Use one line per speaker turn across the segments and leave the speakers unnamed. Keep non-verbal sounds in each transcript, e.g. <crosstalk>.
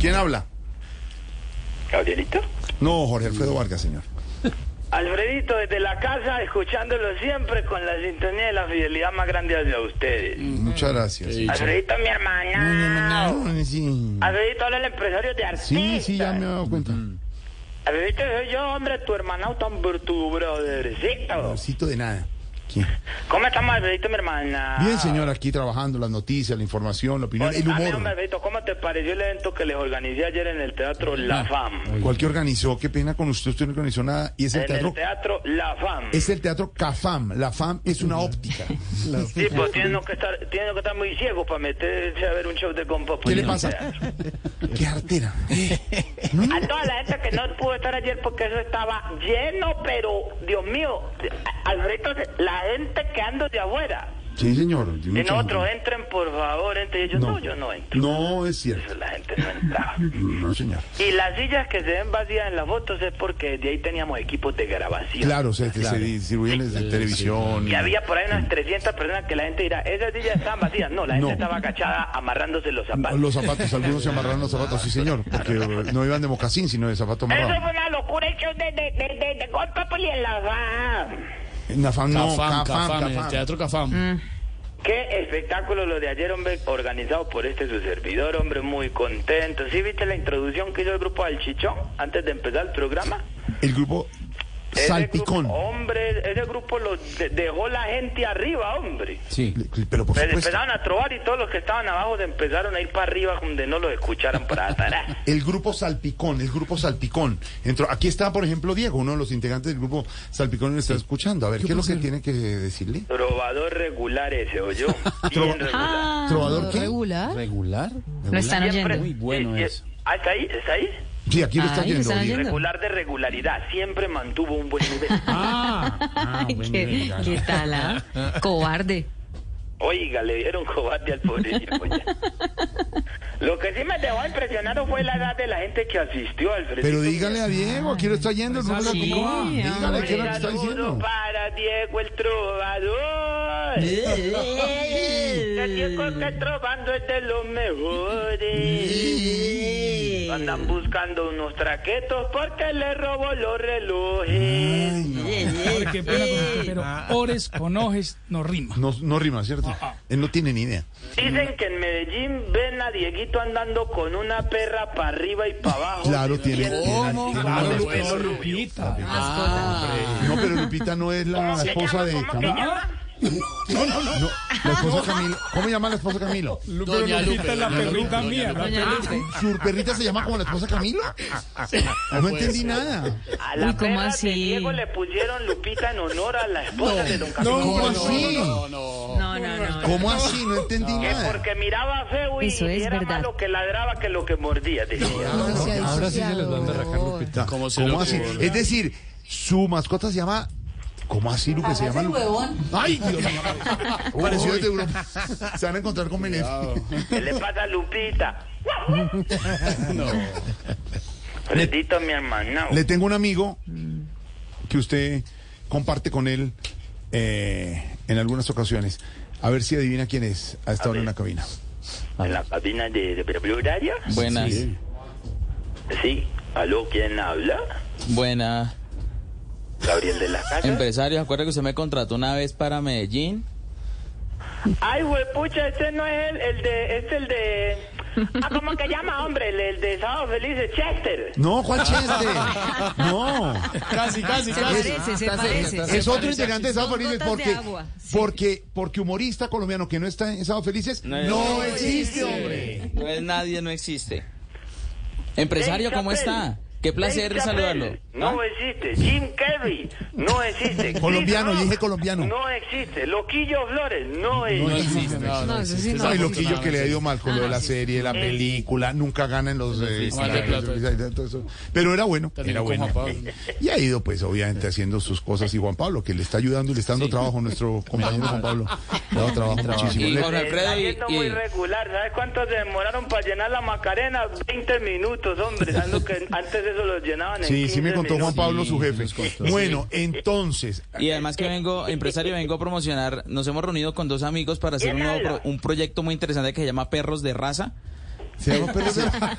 ¿Quién habla?
Gabrielito.
No, Jorge Alfredo Vargas, señor.
Alfredito desde la casa, escuchándolo siempre con la sintonía de la fidelidad más grande hacia ustedes.
Mm, Muchas gracias. Ah,
Alfredito, mi hermana.
No, sí.
Alfredito, habla el empresario de
sí, sí, ya
artistas.
me he dado cuenta.
Mm. Alfredito, soy yo, hombre, tu hermano, tan tu brothercito.
Necesito de nada. ¿Quién?
¿Cómo estamos, Alfredito, mi hermana?
Bien, señor, aquí trabajando las noticias, la información, la opinión, el
A mí, hombre,
humor.
Alfredito, ¿cómo te pareció el evento que les organicé ayer en el teatro
Ah,
La Fam?
¿Cuál que organizó? Qué pena con usted, usted no organizó nada. Y es el
En el
teatro,
teatro La Fam.
es el teatro CAFAM. La FAM es una <laughs> óptica.
Sí, pues tienen que estar, tienen que estar muy ciegos para meterse a ver un show de compa.
¿Qué le pasa? ¿Mm? Qué artera.
A toda la gente que no pudo estar ayer porque eso estaba lleno, pero Dios mío, Alfredo, la gente que ando de afuera.
Sí, señor. de
Que
mucha
nosotros
gente.
entren, por favor, entren. Y Yo no, yo no entro.
No, es cierto.
Eso la gente no entraba.
No, señor.
Y las sillas que se ven vacías en las fotos es porque de ahí teníamos equipos de grabación.
Claro, o sea, que se distribuyen desde televisión.
Y había por ahí unas 300 personas que la gente dirá, esas sillas están vacías. No, la gente
No.
estaba agachada amarrándose los zapatos.
Los zapatos, algunos se amarraron los zapatos, sí señor, porque eh, no iban de mocasín, sino de zapato
Eso
amarrado.
fue una locura hecho de, de, de, de, de golpe por en la va.
Nafam, no,
Cafam,
Cafam,
Cafam, en el
Cafam.
Teatro Cafam.
Qué espectáculo lo de ayer, hombre, organizado por este su servidor, hombre, muy contento. ¿Sí viste la introducción que hizo el grupo al Chichón antes de empezar el programa?
El grupo
Ese
Salpicón.
grupo, hombre, ese grupo lo de- dejó la gente arriba, hombre.
Le- Pero por
Pues,
Se
supuesto,
empezaron a trobar y todos los que estaban abajo se empezaron a ir para arriba donde no los escucharan
<laughs>
para atrás.
el grupo Salpicón, el grupo Salpicón. Entró, aquí está, por ejemplo, Diego, uno de los integrantes del grupo Salpicón, y lo está escuchando. A ver, ¿qué es lo que tiene que decirle?
Trovador regular ese, oyó.
<laughs>
Bien regular.
¿Trovador qué?
regular.
¿Regular?
No Ah, están
Siempre-
oyendo.
Muy bueno
sí, sí.
eso.
Ah, ¿Está ahí? ¿Está ahí?
Sí, aquí lo está
Ay, lo
oyendo.
están
Diego.
oyendo.
Regular de regularidad, siempre mantuvo un buen
<laughs>
nivel.
Ah.
Ay, qué, qué tal, ah?
<laughs>
Cobarde.
Oiga, le dieron cobarde al
<laughs>
pobrecito. ya. Lo que sí me dejó impresionado fue la edad de la gente que asistió al
Pero dígale a Diego, aquí lo está oyendo. el grupo Salpicón.
sí, ah.
Dígale, ¿qué es lo que está
Saludo
diciendo?
para Diego el trovador. <laughs> El Diego que trovando es de los mejores. Andan buscando unos traquetos porque le robó los relojes.
Qué pena con usted, pero
Ah.
ores con ojes no rima.
No, no rima, ¿cierto?
Ah,
Él no tiene ni idea.
Dicen que en Medellín ven a Dieguito andando con una perra para arriba y para abajo.
Claro, tiene. tiene- tiene-
Claro,
no,
bueno,
Lu-
Lupita.
No, pero Lupita no es la
se
esposa
llama?
de
¿Cómo que
Camilo.
llama?
No, la esposa de Camilo. ¿Cómo se llama la esposa de Camilo?
Doña Lupe,
Lupita es la
doña Lupe,
perrita
doña
mía.
Lupe.
la
Doña Lupe.
¿Su perrita se llama como la esposa de Camilo? No entendí nada.
A la
Uy, ¿cómo
perra
así?
de Diego le pusieron Lupita en honor a la esposa de Don Camilo.
¿Cómo así?
No, no, no.
¿Cómo así? No entendí
Que
nada.
porque miraba feo y,
Eso es
y era
verdad.
más lo que ladraba que lo que mordía. decía.
Ahora sí se les van a arrancar Lupita.
¿Cómo se le
¿Cómo así?
ocurre?
Es decir, su mascota se llama. ¿Cómo así, Lupe? Se llama Lupe. ¡Ay, Dios mío! Pareció desde Europa. Se van a encontrar con Melef.
¿Qué le pasa a
<laughs>
Lupita? no. Fredito, mi hermano.
Le tengo un amigo que usted comparte con él eh, en algunas ocasiones. A ver si adivina quién es a esta hora en la cabina.
¿En la cabina de, de, de Blue Radio?
Buenas,
Sí. ¿Aló? ¿Quién habla?
buena.
Gabriel de la Casa.
Empresario, acuerda que usted me contrató una vez para Medellín.
Ay, huepucha, este no es el, el de, este el de... Ah, ¿cómo que llama, hombre? El, el de Sábado Feliz de Chester.
No, Juan Cheste. No.
Casi, casi,
Se
casi.
parece, se parece.
Es otro integrante de Sábado
Son
Felices
gotas de
porque,
agua, sí.
porque, porque humorista colombiano que no está en Sábado Felices no, existe, hombre.
No es nadie, no existe. <laughs> Empresario, ¿cómo está? Qué placer
Dave Chappelle
saludarlo.
No existe. Jim Carrey no existe. Chris
<laughs> Colombiano,
Rock
dije colombiano.
No existe. Loquillo Flores no
No
existe.
existe, no
No, eso sí,
existe.
no.
No, y loquillo que le ha ido mal con lo
Ah,
de la
sí, sí.
serie, la película, nunca ganan los... eh,
freestyle.
finales,
Vale,
los freestyle, todo eso. Pero era bueno, era
con
bueno.
Juan
Y ha ido, pues, obviamente, haciendo sus cosas. Y Juan Pablo, que le está ayudando y le está dando
<laughs>
trabajo, nuestro compañero Juan Pablo. Le ha dado trabajo muchísimo.
Y
Le-
Jorge
Está
Alfredo
siendo
y-
muy
y,
regular. ¿Sabes cuánto se demoraron para llenar la Macarena? 20 minutos, hombre. ¿Sabes lo que antes eso lo llenaban en
Sí, sí me
15
contó Juan
minutos?
Pablo,
Sí,
su jefe.
nos contó.
Bueno, entonces,
Y además que vengo, empresario, vengo a promocionar, nos hemos reunido con dos amigos para hacer un, nuevo pro- un proyecto muy interesante que se llama Perros de Raza.
<laughs> ¿se llama perro de raza?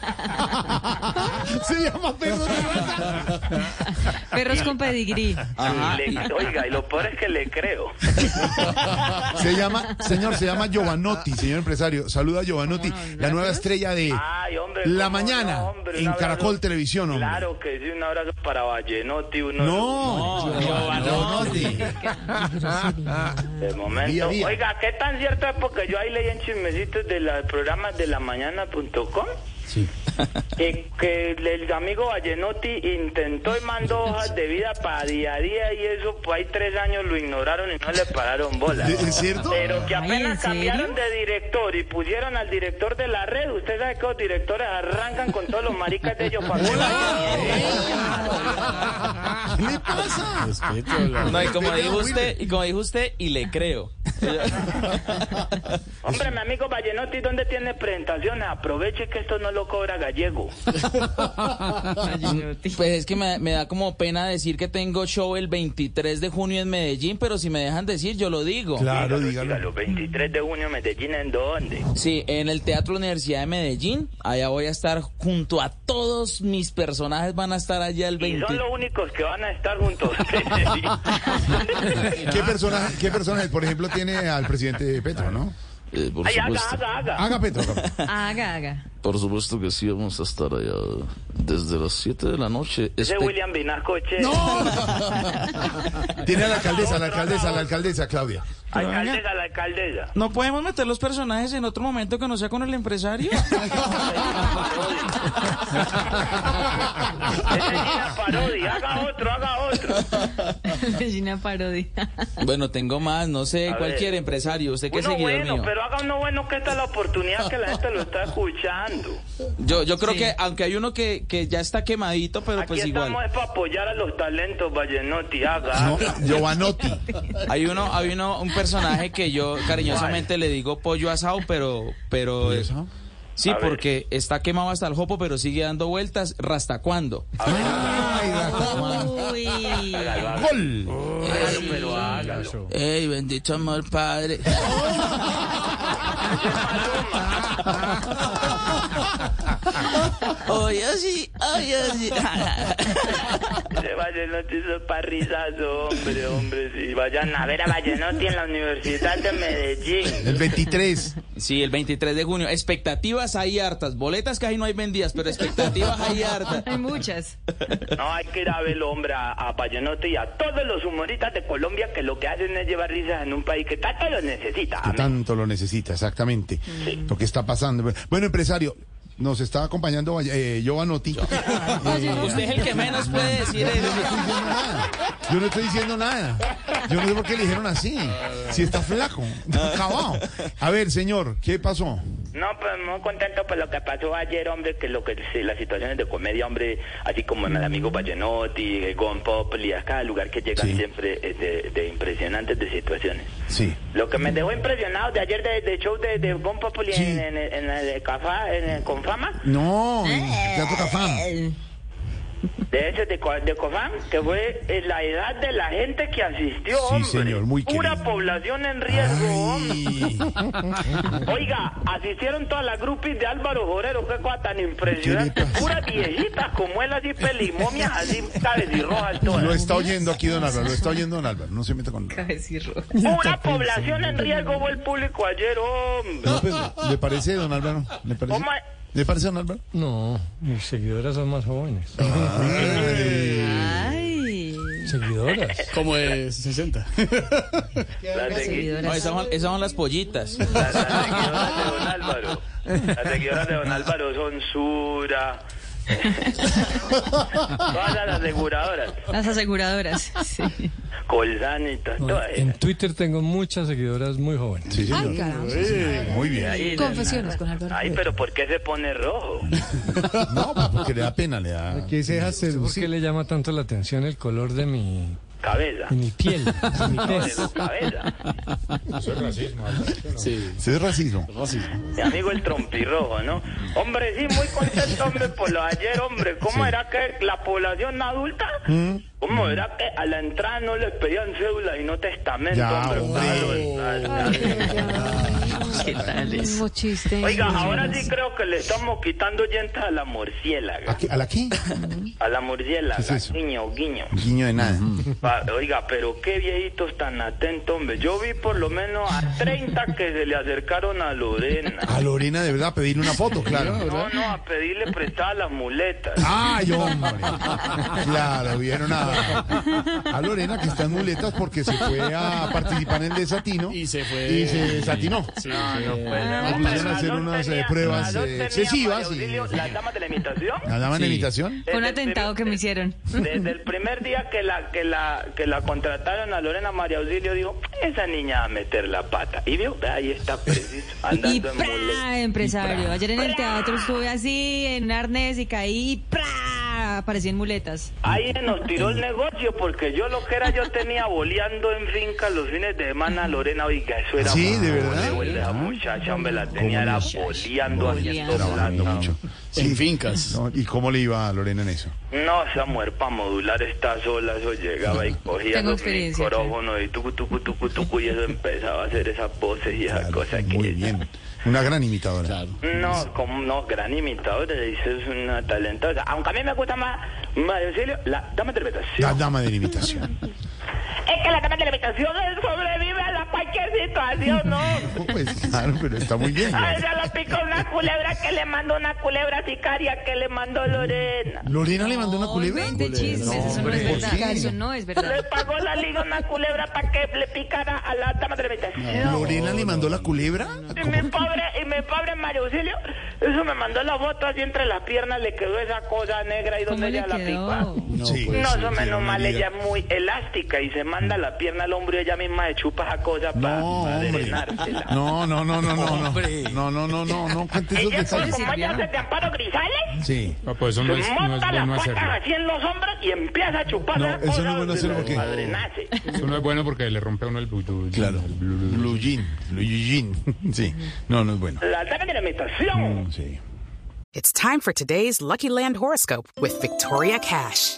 ¿Se llama perro de raza?
<laughs>
<laughs>
Perros con pedigrí.
Ajá.
Le- oiga, y lo peor es que le creo.
Se llama, señor, se llama Giovanotti, señor empresario. Saluda a Giovanotti, la nueva estrella de
Ay, hombre.
La
cómo
Mañana
no, hombre, un
en
abrazo.
Caracol Televisión, hombre.
Claro que sí, un abrazo para Vallenoti. uno de
No, Giovanotti.
De momento.
Ah, Día a día.
Oiga, ¿qué tan cierto es? Porque yo ahí leí en chismecitos de los programas de la mañana.com. Que, que el amigo Vallenotti intentó y
<laughs>
mandó hojas de vida para día a día y eso, pues ahí tres años lo ignoraron y no le pararon bola.
¿De- ¿Es cierto?
Pero que
Ay, ¿en
apenas
serio?
cambiaron de director y pusieron al director de la red, usted sabe que los directores arrancan con todos los maricas de ellos para que
¿Qué le pasa?
No, y como
Respete a
dijo
Wilmer.
usted, y como dijo usted, y le creo.
Hombre, mi amigo Vallenotti, ¿dónde tiene presentaciones? Aproveche que esto no lo cobra gallego.
Pues es que me, me da como pena decir que tengo show el 23 de junio en Medellín, pero si me dejan decir, yo lo digo.
Claro,
Dígalo,
dígalo.
dígalo, 23 de junio, Medellín, ¿en dónde?
Sí, en el Teatro Universidad de Medellín, allá voy a estar junto a todos mis personajes, van a estar allá el
Y
23.
son los únicos que van a estar juntos.
<laughs>
¿Qué personaje, qué personaje, por ejemplo, tiene al presidente Petro, no?
Eh, por,
Ay, haga,
supuesto,
haga, haga.
Ah,
Haga Petro. haga.
Haga, <laughs> haga.
por supuesto que sí, vamos a estar allá desde las 7 de la noche. Este-
Ese
Espe-
William Vinascoche.
Tiene a la alcaldesa, a la alcaldesa, a la alcaldesa, Claudia.
Alcaldesa, la alcaldesa.
¿No podemos meter los personajes en otro momento que no sea con el
<laughs>
empresario?
Ese es Gina Parodi, haga otro, haga
<laughs>
otro.
<laughs>
Gina Parodi.
Bueno, tengo más, no sé,
A
cualquier
ver.
empresario, usted que es
Uno
seguidor
bueno,
mío.
pero haga uno bueno que esta es la oportunidad que la gente lo está escuchando.
Yo, yo creo que, aunque hay uno que, que ya está quemadito, pero
Aquí
pues
estamos
igual.
es para apoyar a los talentos, Vallenotti, haga.
No,
haga.
Giovanotti.
<laughs> Hay uno, hay uno, un personaje que yo cariñosamente le digo pollo asado, pero, pero eh, sí,
A ver.
porque está quemado hasta el jopo, pero sigue dando vueltas, ¿rasta cuándo?
Ay, la-
Uy.
Gol.
Hágalo, pero hágalo.
Ey, bendito
<laughs>
amor, padre. Oye, sí, oye, sí. <laughs>
Ese Vallenotti es para risazo, hombre, hombre. Sí. Vayan a ver a Vallenotti en la Universidad de Medellín.
El 23.
Sí, el 23 de junio. Expectativas hay hartas. Boletas casi no hay vendidas, pero expectativas hay hartas.
Hay muchas.
No hay que ir a verlo, hombre, a, a Vallenotti y a todos los humoristas de Colombia que lo que hacen es llevar risas en un país que tanto lo necesita.
que tanto lo necesita, exactamente. Lo que está pasando. Bueno, empresario, nos está acompañando eh, Giovanotti. <laughs> Eh,
Usted es el que menos puede decir eso.
Yo no estoy diciendo nada. Yo no sé por qué le dijeron así. Si está flaco, está acabado. A ver, señor, ¿qué pasó?
No, pues muy contento por lo que pasó ayer, hombre, que lo que sí, las situaciones de comedia, hombre, así como en el amigo Vallenotti, eh, Gon Popli, a cada lugar que llegan
Sí.
siempre eh, de, de impresionantes de situaciones.
Sí.
Lo que me dejó impresionado de ayer de, de show de, de Gon Populi
Sí.
en, en, el- en el de Cafá, en el Confama,
No, en Teatro Cafam.
de ese de, Co- de Cofam, que fue eh, la edad de la gente que asistió,
Sí,
hombre.
señor, muy
Pura
querido.
población en riesgo, hombre.
Ay,
Oiga, asistieron todas las grupis de Álvaro Jorero, qué cosa tan
¿Qué
impresionante.
le pasa?
Puras viejitas como él, así pelimomias, así cabecirrojas
lo
todas.
está oyendo aquí don Álvaro, lo está oyendo don Álvaro, no se meta con...
Cabecirro.
Pura población en riesgo fue el público ayer, hombre.
No, pero, ¿Le parece don Álvaro? ¿Le parece?
Hombre.
¿Le parece don Álvaro?
No, mis seguidoras son más jóvenes.
Eh.
Ay.
Seguidoras.
Como de 60.
Las segui-
No,
Seguidoras.
esas, son, esas son las pollitas.
las- las seguidoras de Don Álvaro. Las seguidoras de Don Álvaro son Sura, Todas las aseguradoras,
Las aseguradoras. <laughs> Sí.
Colsanitas, todas
En
esas.
Twitter tengo muchas seguidoras muy jóvenes.
Sí, señor.
Ay, caramba.
Muy bien.
Ahí,
Confesiones con Álvaro.
Ay, pero ¿por qué se pone rojo?
No, pues porque le da pena, le da.
¿Qué se deja ¿Por qué le llama tanto la atención el color de mi,
Cabeza.
de mi piel? de <laughs> mi
No, de
tez?
su cabeza.
Sí.
Ese es racismo.
Mi amigo el trompirrojo, ¿no? Hombre, sí, muy contento, hombre, por lo de ayer, hombre. ¿Cómo era que la población adulta? ¿Cómo era que a la entrada no les pedían cédula y no testamento,
Ya,
hombre?
hombre.
Claro, claro.
¿Qué tal eso?
Mismo chiste.
Oiga, ahora sí creo que le estamos quitando llantas a la murciélaga.
¿A, qué- a la qué?
A la murciélaga,
Ah. ¿Qué es eso?
guiño,
<laughs>
guiño.
Guiño de nada.
Pa- Oiga, pero qué viejitos tan atentos, hombre. Yo vi por lo menos a 30 que se le acercaron a Lorena.
A Lorena de verdad pedirle una foto, claro.
No, no, a pedirle prestada las muletas.
Ay, hombre. Claro, vieron a, a Lorena que está en muletas porque se fue a participar en el desatino. Y se fue. Y se desatinó.
Ah,
Bueno,
Pusieron
hombre,
a hacer
razón
unas, eh,
tenía-
pruebas,
razón
eh,
tenía
excesivas
María
y-
Auxilio,
<laughs>
Las damas de la imitación.
¿La daban en imitación?
Fue un atentado que me hicieron.
Desde el primer día que la que la que la contrataron a Lorena María Auxilio dijo, esa niña va a meter la pata. Y vio, ahí está preciso,
Y
andando en muletas.
¡pra! Empresario. Ayer en el teatro estuve así, en un arnés y caí y ¡pra! Aparecí en muletas.
Ahí se nos tiró el negocio porque yo lo que era yo tenía boleando en finca los fines de semana Lorena, oiga, eso era
Sí,
muy
de verdad.
bueno, La muchacha, hombre, la tenía era boleando haciendo
Trabajando
plata.
mucho.
Sin fincas.
No, ¿Y cómo le iba a Lorena en eso?
No, esa mujer para modular estas olas, eso llegaba y cogía
Tengo
los
experiencia,
micrófonos y tucu, tucu, tucu, tucu, y eso empezaba a hacer esas voces y esas cosas que...
Muy bien. Una gran imitadora.
No, como no, gran imitadora, dice, es una talentosa. Aunque a mí me gusta más, Mario Auxilio, la dama de la
La
imitación.
dama de la imitación.
Es que la dama de la imitación sobrevive a la cualquier situación, ¿no?
Pues claro, pero está muy bien.
A ella la picó una culebra que le mandó una culebra sicaria que le mandó Lorena.
¿Lorena le mandó una
No,
culebra?
invente chismes, eso no
hombre,
es
¿por
verdad.
qué?
Eso no es
Le
verdad.
pagó la liga una culebra para que le picara a la dama de la imitación.
¿Lorena le mandó la culebra?
Y mi pobre, y mi pobre Mario Auxilio, eso me mandó la foto así entre las piernas, le quedó esa cosa negra y
¿Cómo
donde
le
ella la
quedó?
pica.
No, pues? sí.
No, eso menos mal,
María.
ella es muy elástica y se manda la pierna al hombro y ella misma se chupa esa cosa para
No, hombre.
drenársela.
No, no, no, no, no, no. No, no, no, no, no cuente esos
Ella es
detalles.
pues, como ella se de Amparo Grisales,
Sí.
se monta las patas así en los hombros y empieza a chupar
No,
esa
eso no es bueno
cosa
hacerlo porque-
para drenarse.
Claro. Blue jean. Blue jean. Sí. No, no es bueno.
La dama de la imitación.
Mm, Sí.
It's time for today's Lucky Land horoscope with Victoria Cash.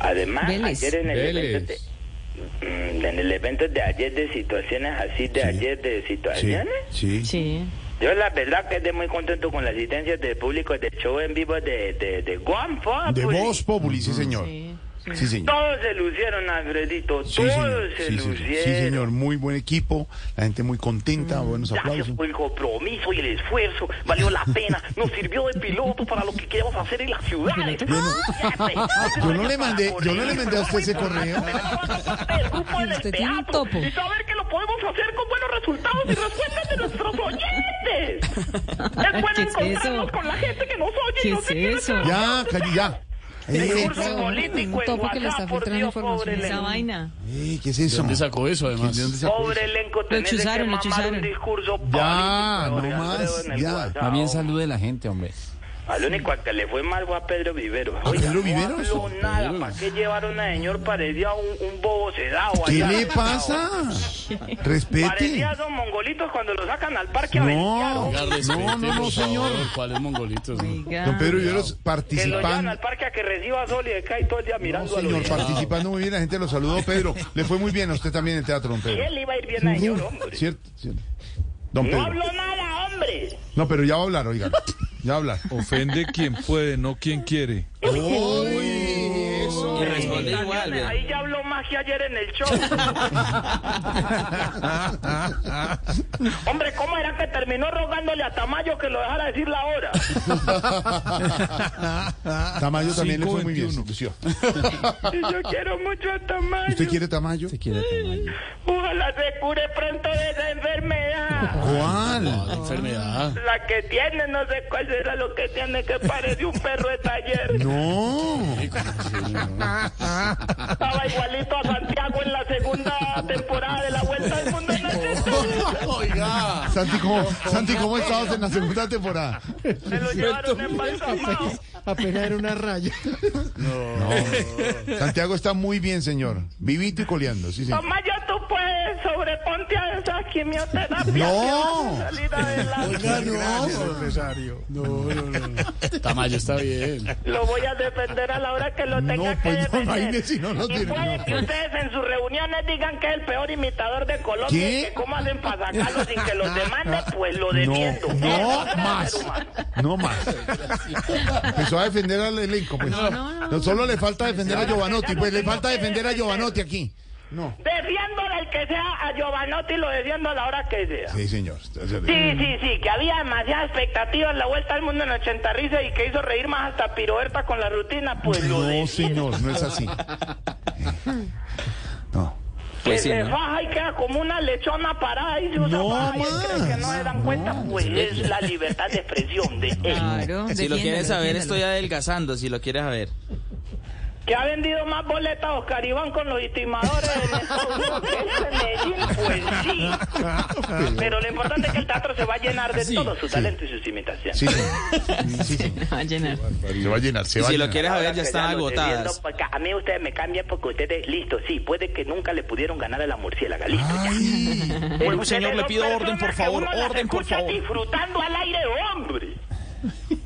Además,
Vélez.
ayer en el, evento de, mm, en el evento de ayer de situaciones así, de ayer de
Sí.
situaciones,
Sí.
Sí.
yo la verdad que estoy muy contento con la asistencia del público del show en vivo de, de, de Juan Pop.
De voz populi, Mm, sí, señor. Sí, señor.
Todos se lucieron, Alfredito,
Sí,
todos
señor.
se
Sí, señor.
lucieron.
Sí, señor. Muy buen equipo. La gente muy contenta. Buenos
Gracias
aplausos.
por el compromiso y el esfuerzo, valió la pena, nos sirvió de piloto para lo que queremos hacer en las ciudades.
Yo no le mandé, yo no le mandé a usted
<laughs>
ese correo.
Usted
Usted tiene un topo.
Y saber que lo podemos hacer con buenos resultados y respuestas de nuestros
<laughs>
oyentes. Es bueno
¿Qué es
encontrarnos
eso?
con la gente que nos oye y
¿Qué
nos
es
sigue
eso?
Ya, calla, ya. Eh,
Discurso político
Un
en
topo que le está
WhatsApp, por
filtrando
Dios,
información.
pobre
Esa
elenco.
vaina.
eh, ¿Qué es eso?
¿Dónde sacó eso, además?
¿De dónde sacó
Pobre elenco, tenés que
chuzaron, lo
mamar un
chuzaron.
discurso político.
Ya, no
de Alfredo
más,
en el
ya.
WhatsApp.
También salude a la gente, hombre.
Al único al que le fue mal fue a Pedro Viveros.
¿A Pedro
no
Viveros?
habló nada. ¿Para qué llevaron a señor? Parecía un, un bobo sedado.
¿Qué
allá.
le pasa? Respete.
Oh, Parecía a los mongolitos cuando lo sacan al parque a
No,
ventear.
no, no, no, señor.
¿Cuál es mongolitos?
Don Pedro Viveros
Que lo llevan al
participando.
parque a que reciba sol y le cae todo el día
No,
mirando a
señor,
los
participando muy bien. La gente lo saludó, Pedro. Le fue muy bien a usted también en el teatro, don
Y
Pedro.
él iba a ir bien a ellos, hombre.
Cierto, cierto. Don
No
Pedro.
habló nada, hombre.
No, pero ya va a hablar, oiga. Ya hablar.
Ofende quien puede, no quien quiere.
Y responde
Daniel,
igual, vea.
Ahí ya habló más que ayer en el
<laughs>
show. Hombre, ¿cómo era que terminó rogándole a Tamayo que lo dejara decir la
<laughs>
hora?
Tamayo también le fue muy bien. Lucio.
Y yo quiero mucho a Tamayo.
¿Usted quiere Tamayo?
Ojalá se cure pronto de esa
<laughs>
enfermedad.
¿Cuál?
enfermedad.
La que tiene, no sé cuál será lo que tiene, que parece un perro de taller.
No.
Estaba igualito a Santiago en la segunda temporada de la Vuelta al Mundo en la Oiga.
Santi, ¿cómo, Santi, ¿cómo estabas en la segunda temporada?
Me lo llevaron embalsamado.
Apenas era una raya.
No. Santiago está muy bien, señor. Vivito y coleando, sí, señor.
Tamayo, tú puedes sobreponte a esa quimioterapia.
No.
que vas a salir adelante.
empresario. No, no, no. Tamayo está bien.
Lo voy a defender a la hora que lo tenga que
pues, no,
defender.
imagínese, no lo
y
tiene,
puede
no.
que ustedes en sus reuniones digan que es el peor imitador de Colombia.
¿Qué?
y que ¿Cómo hacen para sacarlo sin
<laughs>
que los demanden? Pues lo defiendo.
No, no más. No más. Empezó a defender al elenco, pues.
No, no, no.
No, solo le falta defender a Giovanotti, pues le falta defender a Giovanotti aquí. No.
Defiendo al que sea a Giovanotti, lo defiendo a la hora que sea.
Sí, señor. Está cerca.
Sí, pues, sí, sí, que había demasiadas expectativas en la vuelta al mundo en 80 risas y que hizo reír más hasta Piroberta con la rutina, pues lo
No, señor, no es así.
que
Pues sí,
se
¿no?
baja y queda como una lechona parada y se usa
No
paja y él cree que no se dan cuenta, pues
sí.
es la libertad de expresión de él.
Si lo quieres saber, estoy adelgazando, si lo quieres saber.
Que ha vendido más boletas Oscar Iván con los estimadores en Estados Unidos que este Medellín, pues sí. Pero lo importante es que el teatro se va a llenar de todo su talento y sus imitaciones.
Sí, señor. Sí, señor.
va a llenar.
Se va a llenar, se
Y
va a
si lo
llenar.
quieres saber, ya están
los defiendo,
agotadas.
porque pues, a mí ustedes me cambian porque ustedes, listo, sí, puede que nunca le pudieron ganar a la murciélaga, listo. ya. Pero ustedes
Vuelvo, Ah, señor, le
son
pido orden, por
personas que
favor,
uno las
orden, por
escucha
favor.
disfrutando al aire, hombre.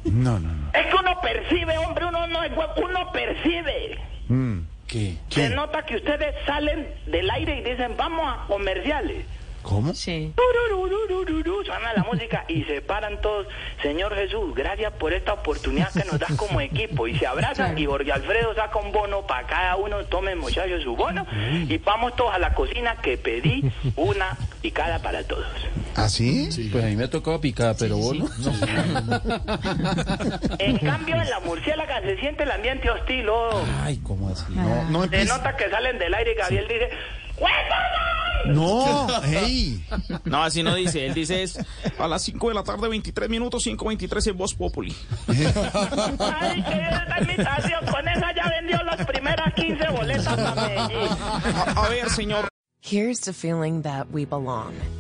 No, no, no.
Es que uno percibe, hombre, uno no es huevo, uno percibe.
Mm. ¿Qué?
Se nota que ustedes salen del aire y dicen, vamos a comerciales.
¿Cómo?
Sí.
Tururururururu, Suena la música y se paran todos. Señor Jesús, gracias por esta oportunidad que nos das como equipo. Y se abrazan y Jorge Alfredo saca un bono para cada uno. Tomen, muchachos, su bono. Y vamos todos a la cocina que pedí una picada para todos.
¿Ah, sí?
Pues a mí me ha tocado picada, pero vos no.
En cambio, en la murciélaga se siente el ambiente hostil. oh.
Ay, ¿cómo así?
No, no
Se
empiece.
nota que salen del aire y Gabriel dice, ¡Huevo!
No, hey.
Ah.
No, así no dice. Él dice es a las 5 de la tarde, 23 minutos, 5.23 en Voz Populi.
¡Ay, qué imitación! Con esa ya vendió las primeras 15 boletas para Medellín.
A, a ver, señor.
Here's to feeling that we belong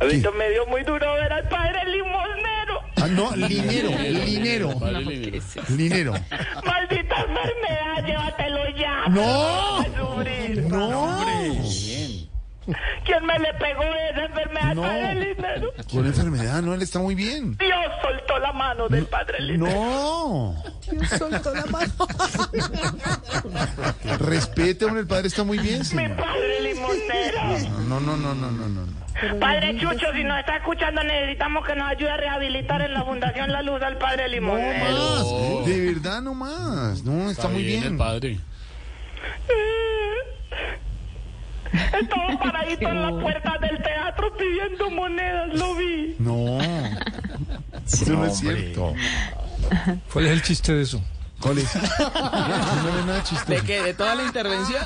A mí esto me dio muy duro ver al padre limosnero.
Ah, no, linero, linero. Linero.
Maldita enfermedad, llévatelo ya.
No.
Ay, sobrino.
No.
¿Quién me le pegó esa enfermedad al
No.
padre Linero?
Con enfermedad, no, él está muy bien.
Dios soltó la mano del padre Linero.
No.
Dios soltó la mano.
Respete, hombre, el padre está muy bien,
Mi
señor.
padre limonero.
No, no, no, no, no, no. no.
Padre Chucho, si nos está escuchando, necesitamos que nos ayude a rehabilitar en la Fundación La Luz al padre limonero.
No más, de verdad no más. No, Oh. está, muy bien.
el padre.
Estaba paradito en la puerta del teatro pidiendo monedas, lo vi.
No. Eso no es cierto.
¿Cuál es el chiste de eso?
¿Cuál es? No ve nada chistoso.
¿De qué? ¿De toda la intervención?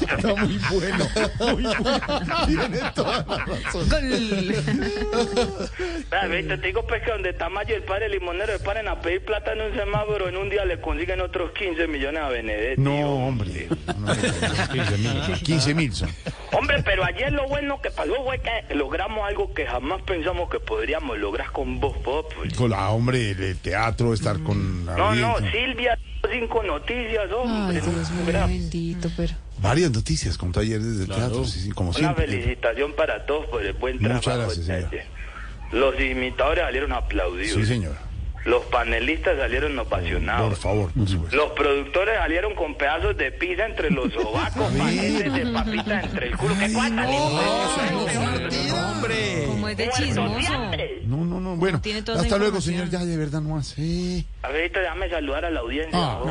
Está muy bueno. Muy bueno. Tiene toda la razón.
Ah, ve, Te digo pues que donde está Mayo y el padre limonero le paren a pedir plata en un semáforo, en un día le consiguen otros 15 millones a Benedetti.
No, hombre. No, no, no, no. 15 mil son.
Hombre, pero ayer lo bueno que pasó fue que logramos algo que jamás pensamos que podríamos lograr con vos, Pop.
Con la hombre, el, el teatro, estar con la
No, no,
audiencia.
Silvia, cinco noticias, hombre. Mira,
bendito, pero...
Varias noticias, como ayer desde el teatro, sí, sí, como
Una
siempre.
felicitación para todos por el buen
Muchas
trabajo.
gracias, señora.
Chache. Los imitadores salieron aplaudidos.
Sí, señora.
Los panelistas salieron
Por
apasionados.
favor, por supuesto.
Los productores salieron con pedazos de pizza entre los sobacos, paquetes de papita entre el culo. ¿Qué cuánta
hombre.
Como es de
Muerto
chismoso.
No, no, no. Bueno,
Tiene toda esa
hasta luego,
información.
señor. Ya, de verdad, no hace.
Ahorita déjame saludar a la audiencia. por favor.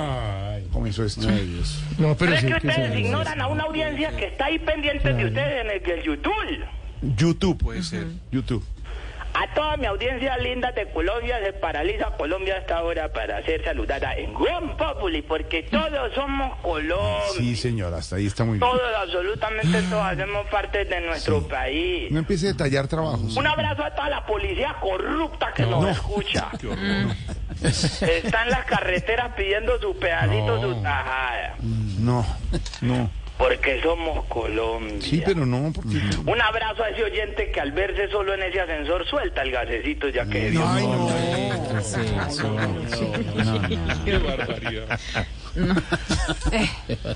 Comenzó esto.
No,
Pero
pero
es
sí.
que
que
ustedes
se-
ignoran a una audiencia que está ahí pendiente de ustedes en el, del YouTube.
YouTube. Puede ser. YouTube.
A toda mi audiencia linda de Colombia se paraliza Colombia hasta ahora para ser saludada en Gran Populi, porque todos somos Colombia.
Sí, señora, hasta ahí está muy bien.
Todos, absolutamente todos, hacemos parte de nuestro país.
No empiece a detallar trabajos.
Un abrazo a toda la policía corrupta que nos
<laughs>
escucha. Están las carreteras pidiendo su pedacito,
No.
su tajada.
No, no.
Porque somos Colombia. <laughs>
Sí, pero no, porque.
Un abrazo a ese oyente que al verse solo en ese ascensor suelta el gasecito ya que... Dios
Ay, no.
Qué barbaridad.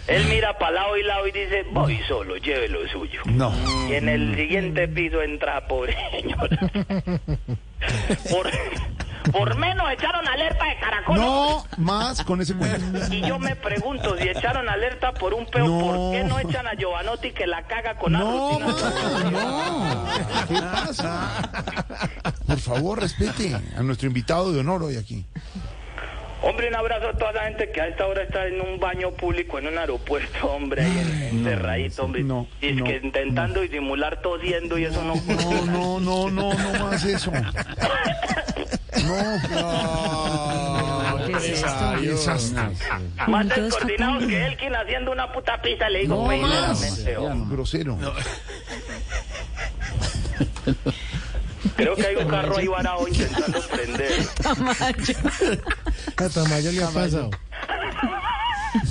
Él mira para lado y lado y dice, voy solo, lleve lo suyo.
No.
Y en el siguiente piso entra, pobre
<laughs>
señora. Por, por menos echaron alerta de caracol.
No más con ese <laughs> cuento.
Y yo me pregunto, si echaron alerta por un peo,
No.
¿por qué no echan a Giovanotti que la caga con la
No,
rutina?
ma, no. ¿Qué pasa? Por favor, respete a nuestro invitado de honor hoy aquí.
Hombre, un abrazo a toda la gente que a esta hora está en un baño público, en un aeropuerto, hombre, ahí en- encerradito, hombre.
no,
Dice
no,
que intentando disimular tosiendo y eso no...
No, no, no, no, no más eso. No.
¿Qué es esto?
Ay, desastre.
Más
Todos
descoordinado
capando.
que Elkin haciendo una puta pizza, le digo,
No
pues,
más.
claramente, hombre.
Grosero.
Creo que hay un carro ahí varado intentando prender.
Tamayo.
A Tamayo le ha pasado.
<laughs>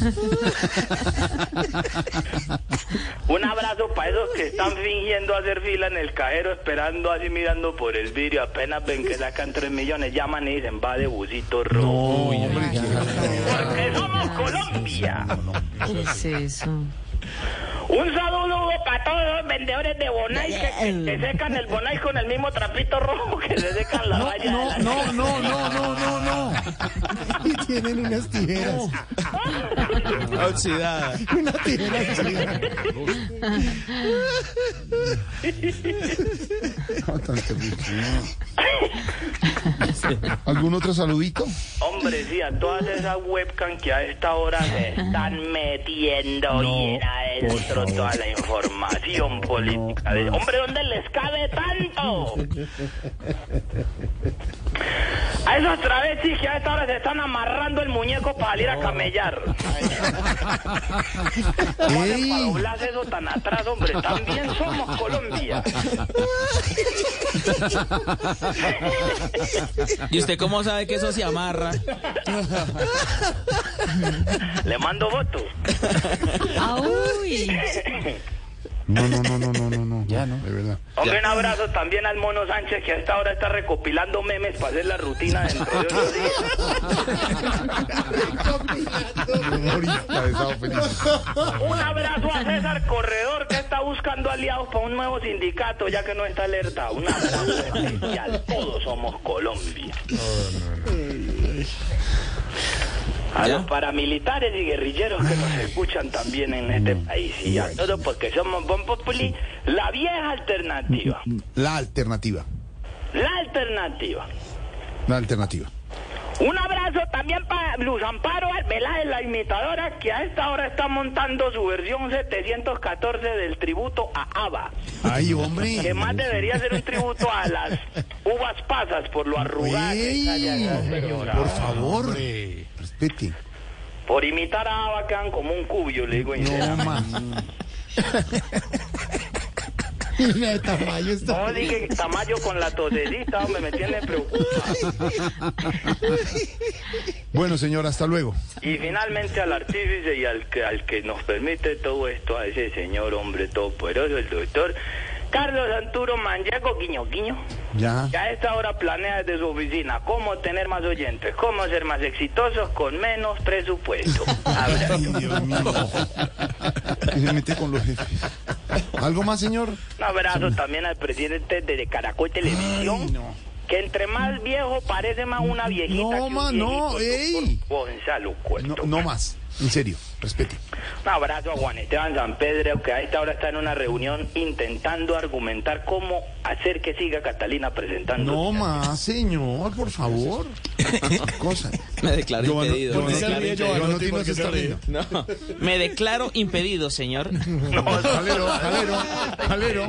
Un abrazo para esos que están fingiendo hacer fila en el cajero, esperando así mirando por el vidrio. Apenas ven que sacan 3 millones, llaman y dicen, va de busito rojo.
Hombre, qué
Porque somos Colombia.
¿Qué es eso?
Un saludo para todos los vendedores de Bonai que, que- que secan el Bonai con el mismo trapito rojo que le secan la valla. de la-
No, no, no, no, no, no.
Y tienen unas tijeras.
Oxidada.
Unas tijeras chidas.
No, tan terrible. ¿Algún otro saludito?
Hombre, sí, a todas esas webcam que a esta hora se están metiendo bien adentro toda la información política. de- Hombre, ¿dónde les cabe tanto? A esos travestis que a esta hora se están amarrando el muñeco para salir a camellar. ¿Cómo hacen para doblar eso tan atrás, hombre? También somos Colombia.
¿Y usted cómo sabe que eso se amarra?
Le mando voto.
Ah, uy.
No, no, no, no, no, no, no. Ya, ¿no? De verdad.
Hombre, un abrazo también al Mono Sánchez que a esta hora está recopilando memes para hacer la rutina dentro de unos días.
Humorista de Sábado Feliz.
Un abrazo a César Corredor que está buscando aliados para un nuevo sindicato ya que no está alerta. Un abrazo especial. Todos somos Colombia. A los paramilitares y guerrilleros que nos escuchan también en este país y a todos porque somos Bon Populi, la vieja alternativa.
La alternativa.
La alternativa.
La alternativa.
Un abrazo también para Luz Amparo Arbeláez, la imitadora, que a esta hora está montando su versión 714 del tributo a ABBA,
Ay, hombre.
que más debería ser un tributo a las uvas pasas por lo arrugada que está ya esa señora.
Por favor. Respete.
Por imitar a ABBA quedan como un cubio, le digo.
No
sinceramente.
más.
La Tamayo
No, dije Tamayo con la tosecita, hombre, me tiene preocupado.
Bueno, señor, hasta luego.
Y finalmente al artífice y al que, al que nos permite todo esto, a ese señor hombre todopoderoso, el doctor Carlos Santuro Manchego Guiño Guiño.
Ya.
Ya a esta hora planea desde su oficina cómo tener más oyentes, cómo ser más exitosos con menos presupuesto. Abrazo.
Y se mete con los jefes. ¿Algo más, señor?
Un abrazo también al presidente de Caracol Televisión. Que entre más viejo parece más una viejita.
No,
que un
ma, no,
viejito,
ey.
doctor Gonzalo Cueto.
No, no más. En serio, respete.
Un abrazo a Juan Esteban San Pedro, que a esta hora está en una reunión intentando argumentar cómo hacer que siga Catalina presentando.
No más, señor, por favor. Cosa.
Me declaro
Giovanni-
impedido.
Giovanni-
me declaro
Giovanni-
impedido.
Giovanni Ortiz no se está
No, me declaro impedido, señor.
Jalero, jalero, jalero.